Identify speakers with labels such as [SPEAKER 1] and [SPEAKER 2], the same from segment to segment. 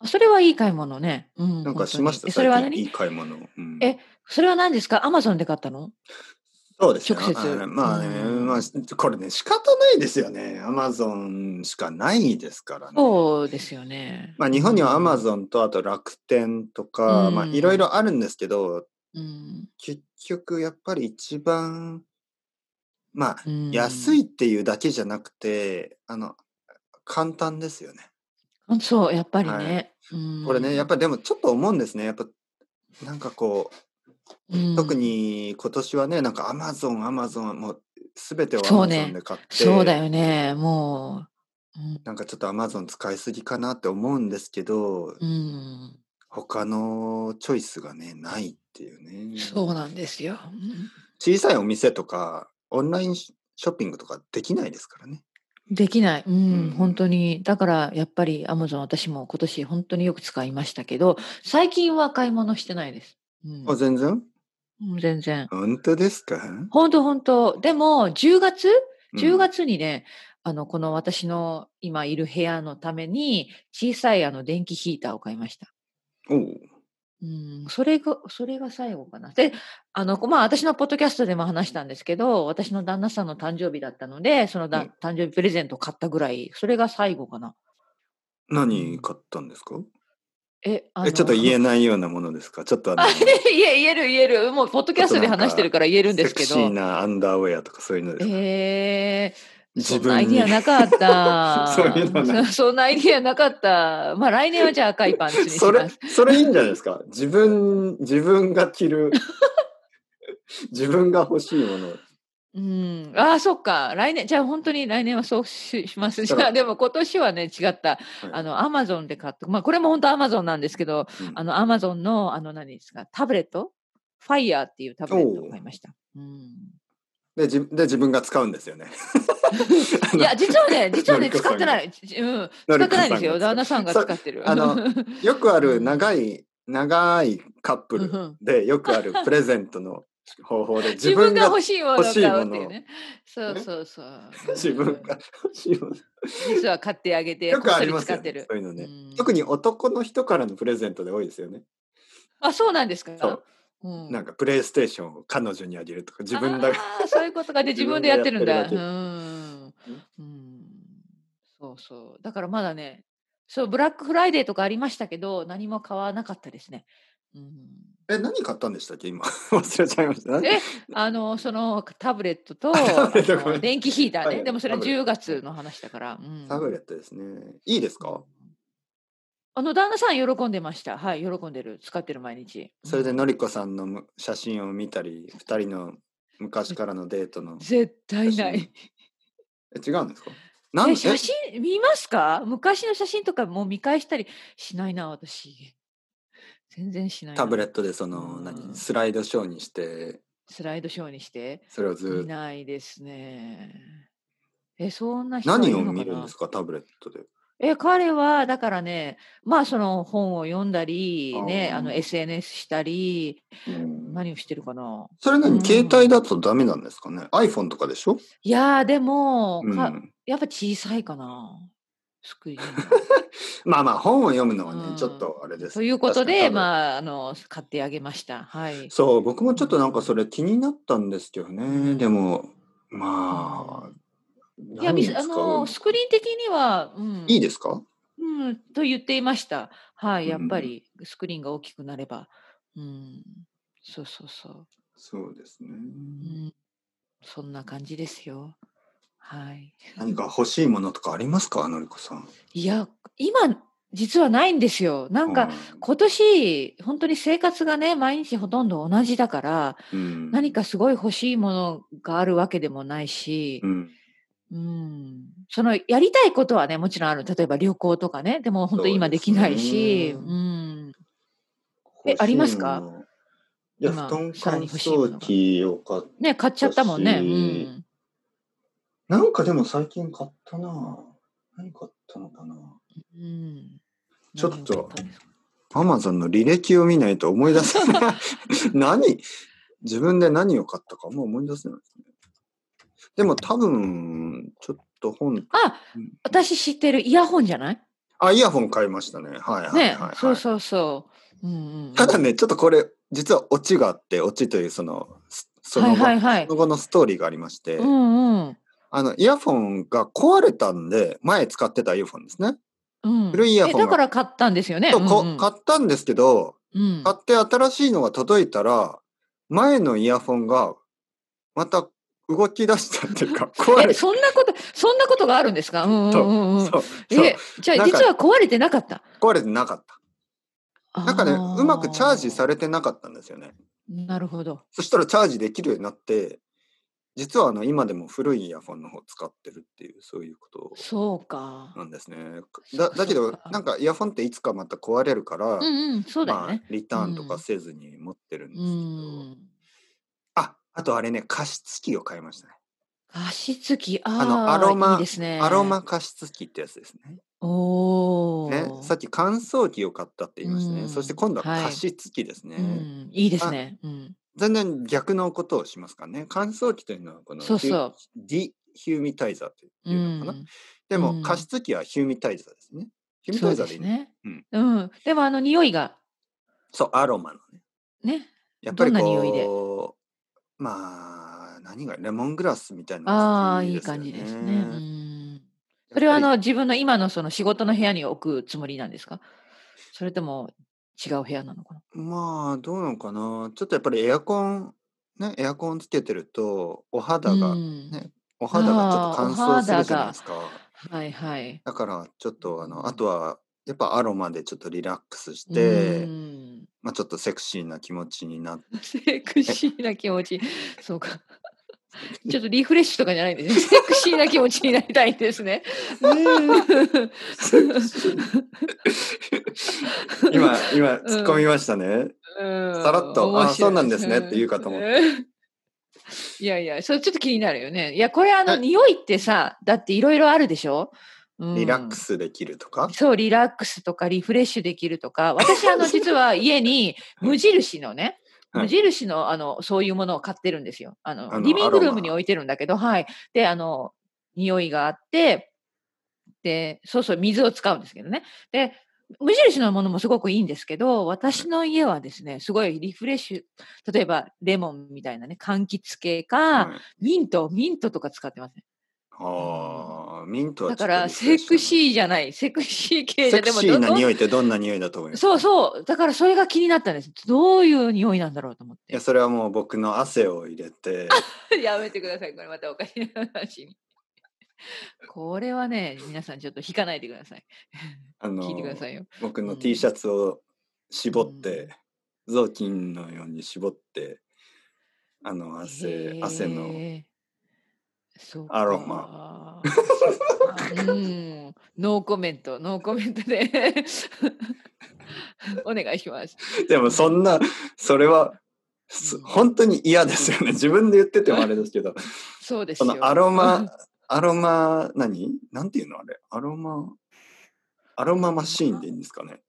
[SPEAKER 1] あそれはいい買い物ね。うん、
[SPEAKER 2] なん
[SPEAKER 1] 本
[SPEAKER 2] か
[SPEAKER 1] 当
[SPEAKER 2] しまし
[SPEAKER 1] に。
[SPEAKER 2] た、
[SPEAKER 1] えそれ
[SPEAKER 2] 最
[SPEAKER 1] は
[SPEAKER 2] 近。い
[SPEAKER 1] 何
[SPEAKER 2] い買い物。うん
[SPEAKER 1] え、それは何ですかアマゾンで買ったの
[SPEAKER 2] そうですね。
[SPEAKER 1] 直
[SPEAKER 2] あ
[SPEAKER 1] 接。う
[SPEAKER 2] まあね、
[SPEAKER 1] ん。
[SPEAKER 2] まあ、これね、仕方ないですよね。アマゾンしかないですからね。
[SPEAKER 1] そうですよね。
[SPEAKER 2] まあ、
[SPEAKER 1] う
[SPEAKER 2] 日本にはアマ
[SPEAKER 1] ん。
[SPEAKER 2] ゾンとあと楽天と
[SPEAKER 1] う
[SPEAKER 2] か、まあ、いろい
[SPEAKER 1] ん。
[SPEAKER 2] ろあるんですけど、
[SPEAKER 1] うん。
[SPEAKER 2] 結局、やっぱり一番、まあ、
[SPEAKER 1] う
[SPEAKER 2] 安
[SPEAKER 1] ん。
[SPEAKER 2] いっていうだけじゃなくて、あの、簡単ですよね。
[SPEAKER 1] あそう、やっぱり
[SPEAKER 2] はい。
[SPEAKER 1] ね。う
[SPEAKER 2] これね、やっ
[SPEAKER 1] ん。
[SPEAKER 2] ぱりでもちょっと思うんですね。やっぱ、なんかこ
[SPEAKER 1] う
[SPEAKER 2] う、特
[SPEAKER 1] ん。
[SPEAKER 2] に今年はね、なんかアマゾン、アマゾン、もう全てをア
[SPEAKER 1] そう
[SPEAKER 2] マゾン
[SPEAKER 1] ね。
[SPEAKER 2] で買っ
[SPEAKER 1] そうだ
[SPEAKER 2] て、
[SPEAKER 1] よね。もう。うん
[SPEAKER 2] なんかちょっとアマゾン使いすぎかなって思うんですけど、
[SPEAKER 1] うん、
[SPEAKER 2] 他のチョイスがね、ないっていうね。
[SPEAKER 1] そうなんですよ。うん、
[SPEAKER 2] 小さいお店とか、オンラインショッピングとかできないですからね。
[SPEAKER 1] できない。う、
[SPEAKER 2] うん
[SPEAKER 1] 本
[SPEAKER 2] ん。
[SPEAKER 1] 当に。だから、やっぱり Amazon 私も今年本当によく使いましたけど、最近は買い物してないです。う
[SPEAKER 2] あ、
[SPEAKER 1] ん、
[SPEAKER 2] 全然
[SPEAKER 1] うん全然。
[SPEAKER 2] 本当ですか
[SPEAKER 1] 本当本当。でも、10月
[SPEAKER 2] う
[SPEAKER 1] 10
[SPEAKER 2] ん。
[SPEAKER 1] 月にね、あの、この私の今いる部屋のために、小さいあの、電気ヒーターを買いました。
[SPEAKER 2] おう。
[SPEAKER 1] うん、それが、それが最後かな。で、あの、こまあ、私のポッドキャストでも話したんですけど、私の旦那さんの誕生日だったので、その
[SPEAKER 2] う
[SPEAKER 1] だ
[SPEAKER 2] ん。
[SPEAKER 1] 誕生日プレゼントを買ったぐらい、それが最後かな。う
[SPEAKER 2] 何
[SPEAKER 1] ん、
[SPEAKER 2] 買ったんですか
[SPEAKER 1] え、あ
[SPEAKER 2] え、ちょっと言え
[SPEAKER 1] の、
[SPEAKER 2] ないようなものですかちょっとあ
[SPEAKER 1] あ
[SPEAKER 2] の、
[SPEAKER 1] 言え、言える、言える。もう、ポッド
[SPEAKER 2] ち
[SPEAKER 1] キ
[SPEAKER 2] ょ
[SPEAKER 1] ャ
[SPEAKER 2] っ
[SPEAKER 1] ス
[SPEAKER 2] と
[SPEAKER 1] トで
[SPEAKER 2] なん
[SPEAKER 1] 話してる
[SPEAKER 2] か、
[SPEAKER 1] から言えるんで
[SPEAKER 2] セ
[SPEAKER 1] す
[SPEAKER 2] ク
[SPEAKER 1] け
[SPEAKER 2] シー
[SPEAKER 1] ど、
[SPEAKER 2] なアンダーウェアとかそういうのですか
[SPEAKER 1] えー、
[SPEAKER 2] 自
[SPEAKER 1] そんなアイ
[SPEAKER 2] 分
[SPEAKER 1] ディ
[SPEAKER 2] に
[SPEAKER 1] アなかっ
[SPEAKER 2] そういう
[SPEAKER 1] た。
[SPEAKER 2] のな
[SPEAKER 1] そ
[SPEAKER 2] い。
[SPEAKER 1] そんなアイディアなかった。まあ、来年はじゃあ赤いパンツに
[SPEAKER 2] そ
[SPEAKER 1] し
[SPEAKER 2] れ、
[SPEAKER 1] ます。
[SPEAKER 2] それいいんじゃないですか自分、自分が 着る、自分が欲しいもの。
[SPEAKER 1] うん、ああ、そっか。来年、じゃあ本当に来年はそうし、します。じ
[SPEAKER 2] だか
[SPEAKER 1] ゃあ
[SPEAKER 2] ら、
[SPEAKER 1] でも今年はね、違った。
[SPEAKER 2] はい。
[SPEAKER 1] あの、アマゾンで買った。まあこれも本当アマゾンなんですけど、
[SPEAKER 2] うん。
[SPEAKER 1] あの、アマゾンの、あの、何ですか、タブレットファイヤーっていうタブレットを
[SPEAKER 2] お
[SPEAKER 1] 買い
[SPEAKER 2] お。
[SPEAKER 1] ました。うん。
[SPEAKER 2] で、じ、で、自分が使うんですよね。あ
[SPEAKER 1] い
[SPEAKER 2] の、
[SPEAKER 1] や、実はね、実は
[SPEAKER 2] のり
[SPEAKER 1] ね、
[SPEAKER 2] こ
[SPEAKER 1] 使っ
[SPEAKER 2] さ
[SPEAKER 1] て
[SPEAKER 2] ん
[SPEAKER 1] な
[SPEAKER 2] が、
[SPEAKER 1] い。じうん、
[SPEAKER 2] の
[SPEAKER 1] 使っ
[SPEAKER 2] り
[SPEAKER 1] て
[SPEAKER 2] こ
[SPEAKER 1] ないんで
[SPEAKER 2] さ
[SPEAKER 1] す
[SPEAKER 2] んが
[SPEAKER 1] よ。
[SPEAKER 2] 使
[SPEAKER 1] 旦
[SPEAKER 2] う。
[SPEAKER 1] 那さんが
[SPEAKER 2] そ
[SPEAKER 1] 使ってる。
[SPEAKER 2] あの、よくあ
[SPEAKER 1] う
[SPEAKER 2] る
[SPEAKER 1] ん。
[SPEAKER 2] 長い、長いカップ
[SPEAKER 1] う
[SPEAKER 2] ル
[SPEAKER 1] ん
[SPEAKER 2] で、よくあるプレゼントの方法で、自
[SPEAKER 1] 自分
[SPEAKER 2] 分
[SPEAKER 1] が
[SPEAKER 2] が
[SPEAKER 1] 欲しいもの
[SPEAKER 2] 欲
[SPEAKER 1] を
[SPEAKER 2] しい
[SPEAKER 1] 買
[SPEAKER 2] も
[SPEAKER 1] うっていう
[SPEAKER 2] のを、
[SPEAKER 1] ね。そう
[SPEAKER 2] ね、
[SPEAKER 1] そうそう。
[SPEAKER 2] 自分
[SPEAKER 1] う
[SPEAKER 2] が
[SPEAKER 1] ん。
[SPEAKER 2] 欲しいもの。
[SPEAKER 1] 実は買ってあげて、
[SPEAKER 2] よ
[SPEAKER 1] こっ
[SPEAKER 2] くあ
[SPEAKER 1] そ
[SPEAKER 2] り
[SPEAKER 1] り
[SPEAKER 2] ます
[SPEAKER 1] 使
[SPEAKER 2] よ
[SPEAKER 1] って
[SPEAKER 2] ね、
[SPEAKER 1] る。
[SPEAKER 2] そういうの
[SPEAKER 1] う
[SPEAKER 2] ね。特に
[SPEAKER 1] ん。
[SPEAKER 2] 男の人からのプレゼントで多いですよね。
[SPEAKER 1] あ、そうなんですか
[SPEAKER 2] そうう。なん
[SPEAKER 1] ん。
[SPEAKER 2] か、プレイステーションを彼女にあげるとか、自分だけ、
[SPEAKER 1] ああ、そういうことか。で、
[SPEAKER 2] 自
[SPEAKER 1] 自分
[SPEAKER 2] 分
[SPEAKER 1] でや
[SPEAKER 2] が
[SPEAKER 1] っ
[SPEAKER 2] や
[SPEAKER 1] て
[SPEAKER 2] っ
[SPEAKER 1] るん
[SPEAKER 2] てるだ
[SPEAKER 1] だ。う
[SPEAKER 2] け。
[SPEAKER 1] ん。うん。そうそう。だからまだね、そう、ブラックフライデーとかありましたけど、何も買わなかったですね。うん。
[SPEAKER 2] え、何買ったんでしたっけ今。忘れちゃいました。
[SPEAKER 1] え、あの、そのタブレット
[SPEAKER 2] あ、
[SPEAKER 1] と、
[SPEAKER 2] タブレ
[SPEAKER 1] あ
[SPEAKER 2] ット、ごめ
[SPEAKER 1] の、
[SPEAKER 2] ん。
[SPEAKER 1] 電気ヒーター
[SPEAKER 2] はい
[SPEAKER 1] ね。
[SPEAKER 2] は
[SPEAKER 1] で
[SPEAKER 2] い
[SPEAKER 1] もそれ
[SPEAKER 2] タ
[SPEAKER 1] は
[SPEAKER 2] ブレッ
[SPEAKER 1] 10
[SPEAKER 2] ト。は
[SPEAKER 1] 月
[SPEAKER 2] い
[SPEAKER 1] の話だから。う
[SPEAKER 2] タブ
[SPEAKER 1] ん。
[SPEAKER 2] レットですね。いいです
[SPEAKER 1] う
[SPEAKER 2] か
[SPEAKER 1] んあの、旦那さん喜んでました。はい、喜んでる。使ってる毎日。う
[SPEAKER 2] それでの
[SPEAKER 1] ん。
[SPEAKER 2] りこさんのむ写真を見たり、二人の昔からのデートの
[SPEAKER 1] 絶
[SPEAKER 2] 写
[SPEAKER 1] 対ない。
[SPEAKER 2] 真。え、違うんですかな
[SPEAKER 1] え、
[SPEAKER 2] ん、
[SPEAKER 1] 写
[SPEAKER 2] え、
[SPEAKER 1] 真見ますか昔の写真とかもう見返したりしないな、私。全然しない
[SPEAKER 2] タブレ
[SPEAKER 1] な。
[SPEAKER 2] ットでそうの、何、
[SPEAKER 1] ん。
[SPEAKER 2] スライドショーにして、
[SPEAKER 1] スライドショーにして
[SPEAKER 2] それをず
[SPEAKER 1] 見
[SPEAKER 2] ーっと。
[SPEAKER 1] ないですね。え、そんな人はい
[SPEAKER 2] 何
[SPEAKER 1] る
[SPEAKER 2] を
[SPEAKER 1] の
[SPEAKER 2] 見
[SPEAKER 1] か
[SPEAKER 2] るんで
[SPEAKER 1] な
[SPEAKER 2] すかタブレットで。
[SPEAKER 1] え、彼は、だからね、まあその本を読んだ
[SPEAKER 2] あ
[SPEAKER 1] り、ね、あの
[SPEAKER 2] ー
[SPEAKER 1] SNS したり、
[SPEAKER 2] うん。
[SPEAKER 1] 何をしてるかな
[SPEAKER 2] それ
[SPEAKER 1] う
[SPEAKER 2] 何携帯
[SPEAKER 1] ん。
[SPEAKER 2] だとダメなんですかね ?iPhone とかでしょ
[SPEAKER 1] いやー、でも、
[SPEAKER 2] う
[SPEAKER 1] か、
[SPEAKER 2] ん。
[SPEAKER 1] やっぱ小さいかな。スクリーンが。
[SPEAKER 2] まあまあ、本を読むのは
[SPEAKER 1] う
[SPEAKER 2] ね、ちょっ
[SPEAKER 1] ん。
[SPEAKER 2] とあれです
[SPEAKER 1] と
[SPEAKER 2] ね。
[SPEAKER 1] いうこ
[SPEAKER 2] 確
[SPEAKER 1] と
[SPEAKER 2] かに
[SPEAKER 1] で、
[SPEAKER 2] タブレット。
[SPEAKER 1] まあ、あの、買ってあげました。はい。
[SPEAKER 2] そう、僕も
[SPEAKER 1] う
[SPEAKER 2] ちょっとなんかそ
[SPEAKER 1] ん。
[SPEAKER 2] れ気になったんですけど
[SPEAKER 1] う
[SPEAKER 2] ね。で
[SPEAKER 1] ん。
[SPEAKER 2] も、
[SPEAKER 1] う
[SPEAKER 2] まあ、
[SPEAKER 1] ん。いや、み
[SPEAKER 2] 何
[SPEAKER 1] す
[SPEAKER 2] に
[SPEAKER 1] あ
[SPEAKER 2] 使
[SPEAKER 1] の、
[SPEAKER 2] う
[SPEAKER 1] スクリーン的には、う
[SPEAKER 2] いい
[SPEAKER 1] ん。
[SPEAKER 2] ですか
[SPEAKER 1] うん、と言っていました。はい、
[SPEAKER 2] う
[SPEAKER 1] やっぱ
[SPEAKER 2] ん。
[SPEAKER 1] り、スクリーンが大きくなれば。うん。そうそうそう。
[SPEAKER 2] そうですね。
[SPEAKER 1] うん。そんな感じですよ。はい。
[SPEAKER 2] 何か欲しいものとかありますかのりこさん。
[SPEAKER 1] いや、今、実はないんですよ。なん
[SPEAKER 2] う
[SPEAKER 1] か、
[SPEAKER 2] ん。
[SPEAKER 1] 今年、本当に生活がね、毎日ほとんど同じだから、
[SPEAKER 2] う
[SPEAKER 1] 何
[SPEAKER 2] ん。
[SPEAKER 1] かすごい欲しいものがあるわけでもないし、
[SPEAKER 2] うん。
[SPEAKER 1] うん、そのやりたいことはね、もちろんある。例えば旅行とかね、でも本当
[SPEAKER 2] そう
[SPEAKER 1] 今で
[SPEAKER 2] で
[SPEAKER 1] すきないし、
[SPEAKER 2] ね。
[SPEAKER 1] うん。え、
[SPEAKER 2] 欲
[SPEAKER 1] あり
[SPEAKER 2] し
[SPEAKER 1] ま
[SPEAKER 2] い
[SPEAKER 1] す
[SPEAKER 2] も
[SPEAKER 1] か
[SPEAKER 2] の。いや、布
[SPEAKER 1] 今、
[SPEAKER 2] 団
[SPEAKER 1] さらに欲
[SPEAKER 2] 乾
[SPEAKER 1] しいも
[SPEAKER 2] 燥
[SPEAKER 1] のが。
[SPEAKER 2] 機を買っ
[SPEAKER 1] ね、買っちゃ
[SPEAKER 2] た
[SPEAKER 1] ったもんね。う
[SPEAKER 2] し、
[SPEAKER 1] ん。
[SPEAKER 2] なんかでも最近買ったな。何買ったのかな。
[SPEAKER 1] うん。
[SPEAKER 2] ちょっ
[SPEAKER 1] 何を買っ
[SPEAKER 2] と、
[SPEAKER 1] たんですか
[SPEAKER 2] アマゾンの履歴を見ないと思い出 せない。何自分で何を買ったかもう思い出せない。でも多分、ちょっと本と、
[SPEAKER 1] あ、
[SPEAKER 2] うん
[SPEAKER 1] 私知ってるイヤホンじゃない
[SPEAKER 2] あ、イヤホン買いましたね。はいはいはい、
[SPEAKER 1] ね
[SPEAKER 2] はい。
[SPEAKER 1] そうそうそう。うんうん、
[SPEAKER 2] ただね、ちょっとこれ、実はオチがあって、オチというその、すその後、
[SPEAKER 1] はいはいはい
[SPEAKER 2] その後のストーリーがありまして、
[SPEAKER 1] うんうん。
[SPEAKER 2] あの、イヤフォンが壊れたんで、前使ってたイヤフォンですね。
[SPEAKER 1] うん、
[SPEAKER 2] 古いイヤホン
[SPEAKER 1] え
[SPEAKER 2] が
[SPEAKER 1] だから買ったんですよね。
[SPEAKER 2] そうこ
[SPEAKER 1] うんうん
[SPEAKER 2] 買ったんですけど、
[SPEAKER 1] うん
[SPEAKER 2] 買って新しいのが届いたら、前のイヤフォンが、また動き出したっ ていうか、壊
[SPEAKER 1] え
[SPEAKER 2] れた。
[SPEAKER 1] そんなことそんなことがあるんですか。うんうんうんうん。
[SPEAKER 2] そうそう
[SPEAKER 1] えじゃあ
[SPEAKER 2] なんか
[SPEAKER 1] 実は壊れてなかった。
[SPEAKER 2] 壊れてなかった。なんかね、うまくチャージさ
[SPEAKER 1] れ。
[SPEAKER 2] れてなかったんですよね。
[SPEAKER 1] なるほど。
[SPEAKER 2] そしたらチャージできるようになって、実はあの今でも古いイヤフォンの方を使ってるっていう、そういうこと
[SPEAKER 1] そうか。
[SPEAKER 2] なんですね。
[SPEAKER 1] そ
[SPEAKER 2] だ
[SPEAKER 1] う
[SPEAKER 2] だけ
[SPEAKER 1] そう
[SPEAKER 2] ど
[SPEAKER 1] か、
[SPEAKER 2] なんかイヤフォンっていつかまた壊れるか
[SPEAKER 1] う
[SPEAKER 2] ら、
[SPEAKER 1] んうんそうだよね
[SPEAKER 2] ま。あ、リターンとかせずに持ってるんです
[SPEAKER 1] う
[SPEAKER 2] けど、
[SPEAKER 1] ん。
[SPEAKER 2] ああとあれね、加湿器を買いましたね。
[SPEAKER 1] 加湿器あー
[SPEAKER 2] あのアロマ
[SPEAKER 1] いいですね。
[SPEAKER 2] アロマ。加湿器ってやつですね。
[SPEAKER 1] おお。
[SPEAKER 2] ねさっき乾燥機を買ったって言いましたね。
[SPEAKER 1] うん
[SPEAKER 2] そして今度は
[SPEAKER 1] はい
[SPEAKER 2] 加湿器ですね、
[SPEAKER 1] うんいいですね。うん。
[SPEAKER 2] 全然逆のことをしますからね。乾燥機というのはこの
[SPEAKER 1] そうそう
[SPEAKER 2] ディヒューミタイザーと
[SPEAKER 1] う
[SPEAKER 2] いうのかな。
[SPEAKER 1] ん。
[SPEAKER 2] で
[SPEAKER 1] うん
[SPEAKER 2] も加湿器はヒューミタイザーですね。ヒュー
[SPEAKER 1] そ
[SPEAKER 2] ミタ
[SPEAKER 1] う
[SPEAKER 2] イザ
[SPEAKER 1] で
[SPEAKER 2] ーでい
[SPEAKER 1] す
[SPEAKER 2] いね。
[SPEAKER 1] ね。
[SPEAKER 2] うん
[SPEAKER 1] うん。でもあの匂いが
[SPEAKER 2] そう、アロマのね。
[SPEAKER 1] ね。
[SPEAKER 2] やっぱり
[SPEAKER 1] どんな匂いで
[SPEAKER 2] こう、まあ、何がレモングラスみたいな
[SPEAKER 1] ああ
[SPEAKER 2] 感
[SPEAKER 1] ー
[SPEAKER 2] じ
[SPEAKER 1] い
[SPEAKER 2] で
[SPEAKER 1] い
[SPEAKER 2] すよ
[SPEAKER 1] 感じですね。
[SPEAKER 2] ね。
[SPEAKER 1] うん。それはあ
[SPEAKER 2] やっぱ
[SPEAKER 1] の自分の今のその仕事の部屋に置くつもりなんですかそれとも違う部屋なのかな
[SPEAKER 2] りまあ、どうなのかな。ちょっとやっぱりエアコン、ね、エアコンつけてると、お肌が、
[SPEAKER 1] うん
[SPEAKER 2] ねお肌がちょっと乾燥するじゃないですか。
[SPEAKER 1] はいはい。
[SPEAKER 2] だから、ちょっと、あ
[SPEAKER 1] うん
[SPEAKER 2] の、あとは、やっぱアロマでちょっとリラックスして、
[SPEAKER 1] うん
[SPEAKER 2] まあ、ちょっとセクシーな気持ちになって、
[SPEAKER 1] セクシーな気持ち。そう か。ちょっとリフレッシュとかじゃないんですね。セクシーな気持ちになりたいんですね。 うん
[SPEAKER 2] 今、今、突っ込みましたね。
[SPEAKER 1] さ。
[SPEAKER 2] さらっとあそうなんですねって言うかと思って
[SPEAKER 1] いやいや、それちょっと気になるよね。いや、これあの、
[SPEAKER 2] はい
[SPEAKER 1] 匂いってさ、だっていろいろあるでしょ、うん
[SPEAKER 2] リラックスできるとか。
[SPEAKER 1] そう、リラックスとかリフレッシュできるとか、私、あの、実は家に無印のね、
[SPEAKER 2] はい
[SPEAKER 1] 無印の、あの、そういうものを買ってるんですよ。あの、
[SPEAKER 2] あの
[SPEAKER 1] リビングルー
[SPEAKER 2] アロ
[SPEAKER 1] ム
[SPEAKER 2] マ
[SPEAKER 1] に置いてるんだけど、はい。で、あの、匂いがあって、で、そうそう、水を使うんですけどね。で、無印のものもすごくいいんですけど、私の家はですね、すごいリフレッシュ、例えばレモンみたいなね、柑橘系か、
[SPEAKER 2] はい
[SPEAKER 1] ミント、ミントとか使ってますね。
[SPEAKER 2] ああ、ミントは
[SPEAKER 1] だ
[SPEAKER 2] ちょ
[SPEAKER 1] か
[SPEAKER 2] っと
[SPEAKER 1] ら、
[SPEAKER 2] リフレッ
[SPEAKER 1] セク
[SPEAKER 2] ュ
[SPEAKER 1] シーじゃない、セクシー系
[SPEAKER 2] な
[SPEAKER 1] じゃ、で
[SPEAKER 2] セク
[SPEAKER 1] も
[SPEAKER 2] シーな
[SPEAKER 1] どど
[SPEAKER 2] 匂いってどんな匂いだと思います
[SPEAKER 1] そう
[SPEAKER 2] う。
[SPEAKER 1] そう。だからそれが気になったんです。どういう匂いなんだろうと思っ
[SPEAKER 2] いや、
[SPEAKER 1] て。
[SPEAKER 2] それはもう僕の汗を入れて、
[SPEAKER 1] やめてください。これまたおかしな話に。これはね、皆さんちょっと引かないでください。
[SPEAKER 2] あ
[SPEAKER 1] 聞い
[SPEAKER 2] の
[SPEAKER 1] てく、ださいよ。
[SPEAKER 2] 僕
[SPEAKER 1] う
[SPEAKER 2] の
[SPEAKER 1] ん
[SPEAKER 2] T シャツを絞って、雑巾のように絞って、あの、汗、汗
[SPEAKER 1] へ
[SPEAKER 2] の、
[SPEAKER 1] ーそう
[SPEAKER 2] アロ
[SPEAKER 1] マ。そうかうん。ノーコメント、ノーコメントで お願いします。
[SPEAKER 2] でもそんな、それは、
[SPEAKER 1] う
[SPEAKER 2] す
[SPEAKER 1] ん
[SPEAKER 2] 本当に嫌ですよね。自分で言っててもあれですけど、
[SPEAKER 1] そうです
[SPEAKER 2] そ
[SPEAKER 1] よ。
[SPEAKER 2] のアロマ、アロマ、何なんていうのあれアロマ、アロママシーンでいいんですかね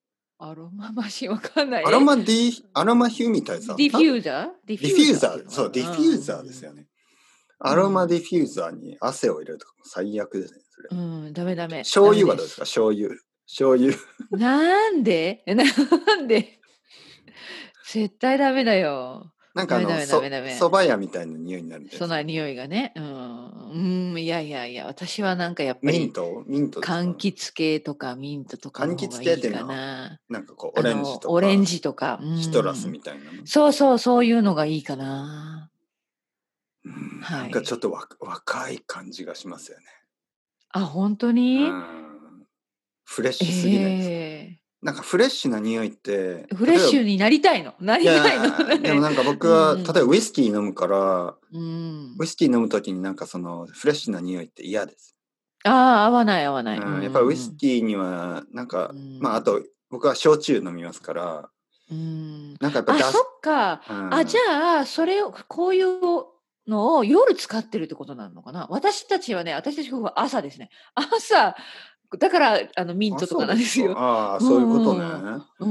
[SPEAKER 1] アロママシンわかんない。
[SPEAKER 2] アロマディ、アロマヒューミタイザー。
[SPEAKER 1] ディフューザーディ
[SPEAKER 2] ディフューザ
[SPEAKER 1] っていのか
[SPEAKER 2] ー、
[SPEAKER 1] な
[SPEAKER 2] そう、ディフューザーですよね。アロマディフューザーに汗を入れるとかも最悪ですね、それ。
[SPEAKER 1] うん、ダメダメ。
[SPEAKER 2] 醤油はどうです
[SPEAKER 1] か
[SPEAKER 2] か醤油。醤油。
[SPEAKER 1] なんで えなんで絶対ダメだよ。
[SPEAKER 2] なんかあ
[SPEAKER 1] ダ
[SPEAKER 2] の、
[SPEAKER 1] メ
[SPEAKER 2] そ
[SPEAKER 1] ダメダメ
[SPEAKER 2] 蕎麦屋みたいな匂いになるんです
[SPEAKER 1] そんな匂いがね。うん、うん、いやいやいや、私はなんかやっぱ
[SPEAKER 2] ミン
[SPEAKER 1] り
[SPEAKER 2] トミントですか
[SPEAKER 1] 柑橘系とかミントとかの方がいいかな。
[SPEAKER 2] なんかこ
[SPEAKER 1] あ
[SPEAKER 2] う、オレン
[SPEAKER 1] の
[SPEAKER 2] ジとか。
[SPEAKER 1] オレンジとか。うん
[SPEAKER 2] シトラスみたいなの。
[SPEAKER 1] そうそう、そういうのがいいかな。
[SPEAKER 2] うん
[SPEAKER 1] はい
[SPEAKER 2] なんかちょっとわ若い感じがしますよね。
[SPEAKER 1] あ、本当に
[SPEAKER 2] うんフレッシュすぎないですか
[SPEAKER 1] え
[SPEAKER 2] なんかフレッシュな匂いって
[SPEAKER 1] え。フレッシ
[SPEAKER 2] 例え
[SPEAKER 1] ュになりたいのな
[SPEAKER 2] ば
[SPEAKER 1] りたい
[SPEAKER 2] いや
[SPEAKER 1] の
[SPEAKER 2] でもなんか僕は、
[SPEAKER 1] うん
[SPEAKER 2] 例えばウイスキー飲むから
[SPEAKER 1] うん
[SPEAKER 2] ウイスキー飲むときになんかそのフレッシュな匂いって嫌です。
[SPEAKER 1] ああ、合わない合わない。
[SPEAKER 2] うん、やっぱりウイスキーにはなんか、
[SPEAKER 1] うん
[SPEAKER 2] まああと僕は焼酎飲みますから
[SPEAKER 1] うん。
[SPEAKER 2] なんかやっぱ
[SPEAKER 1] あ、
[SPEAKER 2] 出
[SPEAKER 1] そっか。
[SPEAKER 2] うん
[SPEAKER 1] あ、じゃあ、それを、こういうのを夜使ってるってことなのかな私たちはね、私たち夫婦は朝ですね。朝、だから、あの、ミントとかなんですよ。
[SPEAKER 2] あそうですかあー、そういうことね。
[SPEAKER 1] う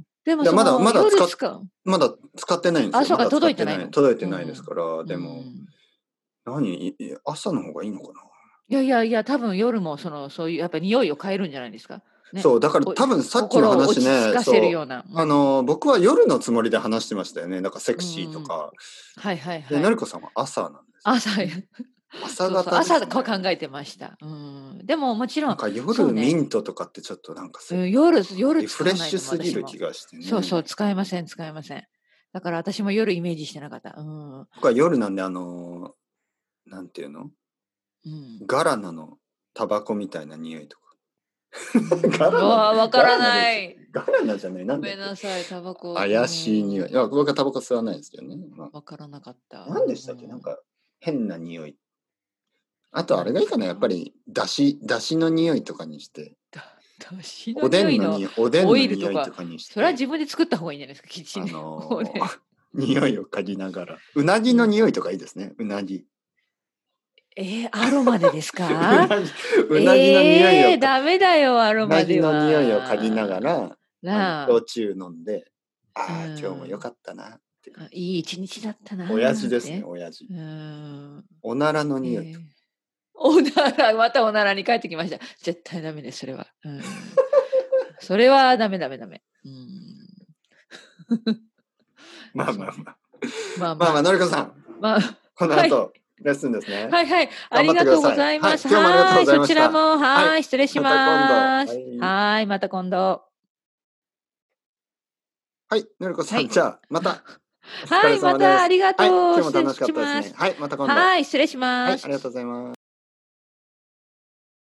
[SPEAKER 1] ん。でも
[SPEAKER 2] いや
[SPEAKER 1] その、
[SPEAKER 2] まだまだ使っ
[SPEAKER 1] 夜使う。
[SPEAKER 2] まだ使ってないんですよ。
[SPEAKER 1] あそうか
[SPEAKER 2] まだ使って
[SPEAKER 1] 届いてないの
[SPEAKER 2] 届いてないですから、でも、
[SPEAKER 1] うん
[SPEAKER 2] 何いい朝の方がいいのかない
[SPEAKER 1] やいやいや、多分夜も、その、そういう、やっぱり匂いを変えるんじゃないですか。ね
[SPEAKER 2] そうだから多分さっきの話
[SPEAKER 1] 心を落ち
[SPEAKER 2] ね
[SPEAKER 1] 着か
[SPEAKER 2] そ
[SPEAKER 1] せる
[SPEAKER 2] う
[SPEAKER 1] ような。
[SPEAKER 2] あの僕は夜のつもりで話してましたよねなんかセクシーとか、
[SPEAKER 1] はいはい
[SPEAKER 2] でな
[SPEAKER 1] は
[SPEAKER 2] る
[SPEAKER 1] い。
[SPEAKER 2] こさんは朝なんです
[SPEAKER 1] 朝、
[SPEAKER 2] 朝
[SPEAKER 1] そう
[SPEAKER 2] 方
[SPEAKER 1] そう朝か
[SPEAKER 2] ですね
[SPEAKER 1] 考えてました。うん、でももちろ
[SPEAKER 2] なん
[SPEAKER 1] ん、
[SPEAKER 2] か
[SPEAKER 1] そ
[SPEAKER 2] 夜
[SPEAKER 1] うね
[SPEAKER 2] ミントとかってちょっとなんかせ
[SPEAKER 1] うん、夜、夜
[SPEAKER 2] リフレッシュすぎる気
[SPEAKER 1] が、
[SPEAKER 2] がしてね
[SPEAKER 1] そうそう、使えません、使えません。だから私も夜イメージしてなかった。うん。 う
[SPEAKER 2] 僕は夜なんであのなんていうの
[SPEAKER 1] ん。
[SPEAKER 2] ガラナのタバコみたいな匂いとか
[SPEAKER 1] う
[SPEAKER 2] ガラナ
[SPEAKER 1] わーわからない。
[SPEAKER 2] ガラナじゃないな
[SPEAKER 1] ご
[SPEAKER 2] んだ
[SPEAKER 1] め
[SPEAKER 2] っ
[SPEAKER 1] んな
[SPEAKER 2] け
[SPEAKER 1] さい、タバコ。
[SPEAKER 2] 怪しい匂いいや僕はタバコ吸わないですけどね、まあ
[SPEAKER 1] わからなかった。
[SPEAKER 2] 何でしたっけ
[SPEAKER 1] う
[SPEAKER 2] なん。か変な匂い。あとあれがいいかなやっぱりだしだしの匂いとかにして
[SPEAKER 1] だしの
[SPEAKER 2] おで
[SPEAKER 1] 匂
[SPEAKER 2] ん
[SPEAKER 1] い
[SPEAKER 2] の
[SPEAKER 1] の。
[SPEAKER 2] 匂いおでんの
[SPEAKER 1] オイル
[SPEAKER 2] 匂
[SPEAKER 1] とか
[SPEAKER 2] いとかにして
[SPEAKER 1] それは自分で作った方がいいんじゃないですか、キッチン
[SPEAKER 2] あ
[SPEAKER 1] で。
[SPEAKER 2] の
[SPEAKER 1] お でん
[SPEAKER 2] ー匂いを嗅ぎながらうなぎの匂いとかいいですねうなぎ
[SPEAKER 1] えー、アロマでです
[SPEAKER 2] う
[SPEAKER 1] か
[SPEAKER 2] なぎ うなぎの匂いを、
[SPEAKER 1] えー、ダメだよ、ア
[SPEAKER 2] う
[SPEAKER 1] ロ
[SPEAKER 2] な
[SPEAKER 1] マ
[SPEAKER 2] ぎ
[SPEAKER 1] では。
[SPEAKER 2] の匂いを嗅ぎながら
[SPEAKER 1] なあ
[SPEAKER 2] あの焼酎飲んでああ
[SPEAKER 1] うん
[SPEAKER 2] 今日もよかったなって
[SPEAKER 1] あいい一日だったな。
[SPEAKER 2] 親父ですね
[SPEAKER 1] なんて
[SPEAKER 2] 親父
[SPEAKER 1] うーん。
[SPEAKER 2] おならの
[SPEAKER 1] え
[SPEAKER 2] 匂いと
[SPEAKER 1] ーおなら、またおならに帰ってきました。絶対ダメです、それは。うん それはダメダメダメ。うん
[SPEAKER 2] まあま
[SPEAKER 1] ま
[SPEAKER 2] あまあ
[SPEAKER 1] あま
[SPEAKER 2] まあまあ
[SPEAKER 1] あ、
[SPEAKER 2] のりこさん
[SPEAKER 1] まあ、
[SPEAKER 2] この後、レッスンですね
[SPEAKER 1] はいはい、あ
[SPEAKER 2] 頑張
[SPEAKER 1] り
[SPEAKER 2] っ
[SPEAKER 1] が
[SPEAKER 2] てくだ
[SPEAKER 1] と
[SPEAKER 2] さいう
[SPEAKER 1] ございます。
[SPEAKER 2] はい今日もありがとう
[SPEAKER 1] はーそ
[SPEAKER 2] ございました
[SPEAKER 1] ちらも、はーい、
[SPEAKER 2] は
[SPEAKER 1] 失礼し
[SPEAKER 2] ま
[SPEAKER 1] ま
[SPEAKER 2] た今度
[SPEAKER 1] す。
[SPEAKER 2] は
[SPEAKER 1] はーい、また今度。
[SPEAKER 2] はい、のりこさん、
[SPEAKER 1] はい
[SPEAKER 2] じゃあ、また。お疲
[SPEAKER 1] は
[SPEAKER 2] れ
[SPEAKER 1] い、
[SPEAKER 2] 様
[SPEAKER 1] ま
[SPEAKER 2] です
[SPEAKER 1] たありがと
[SPEAKER 2] は
[SPEAKER 1] う。
[SPEAKER 2] い、今日も
[SPEAKER 1] 失礼
[SPEAKER 2] 楽しかったですね。はい、また今度。
[SPEAKER 1] はい、失礼し
[SPEAKER 2] はい、あ
[SPEAKER 1] ます。
[SPEAKER 2] りがとうございます。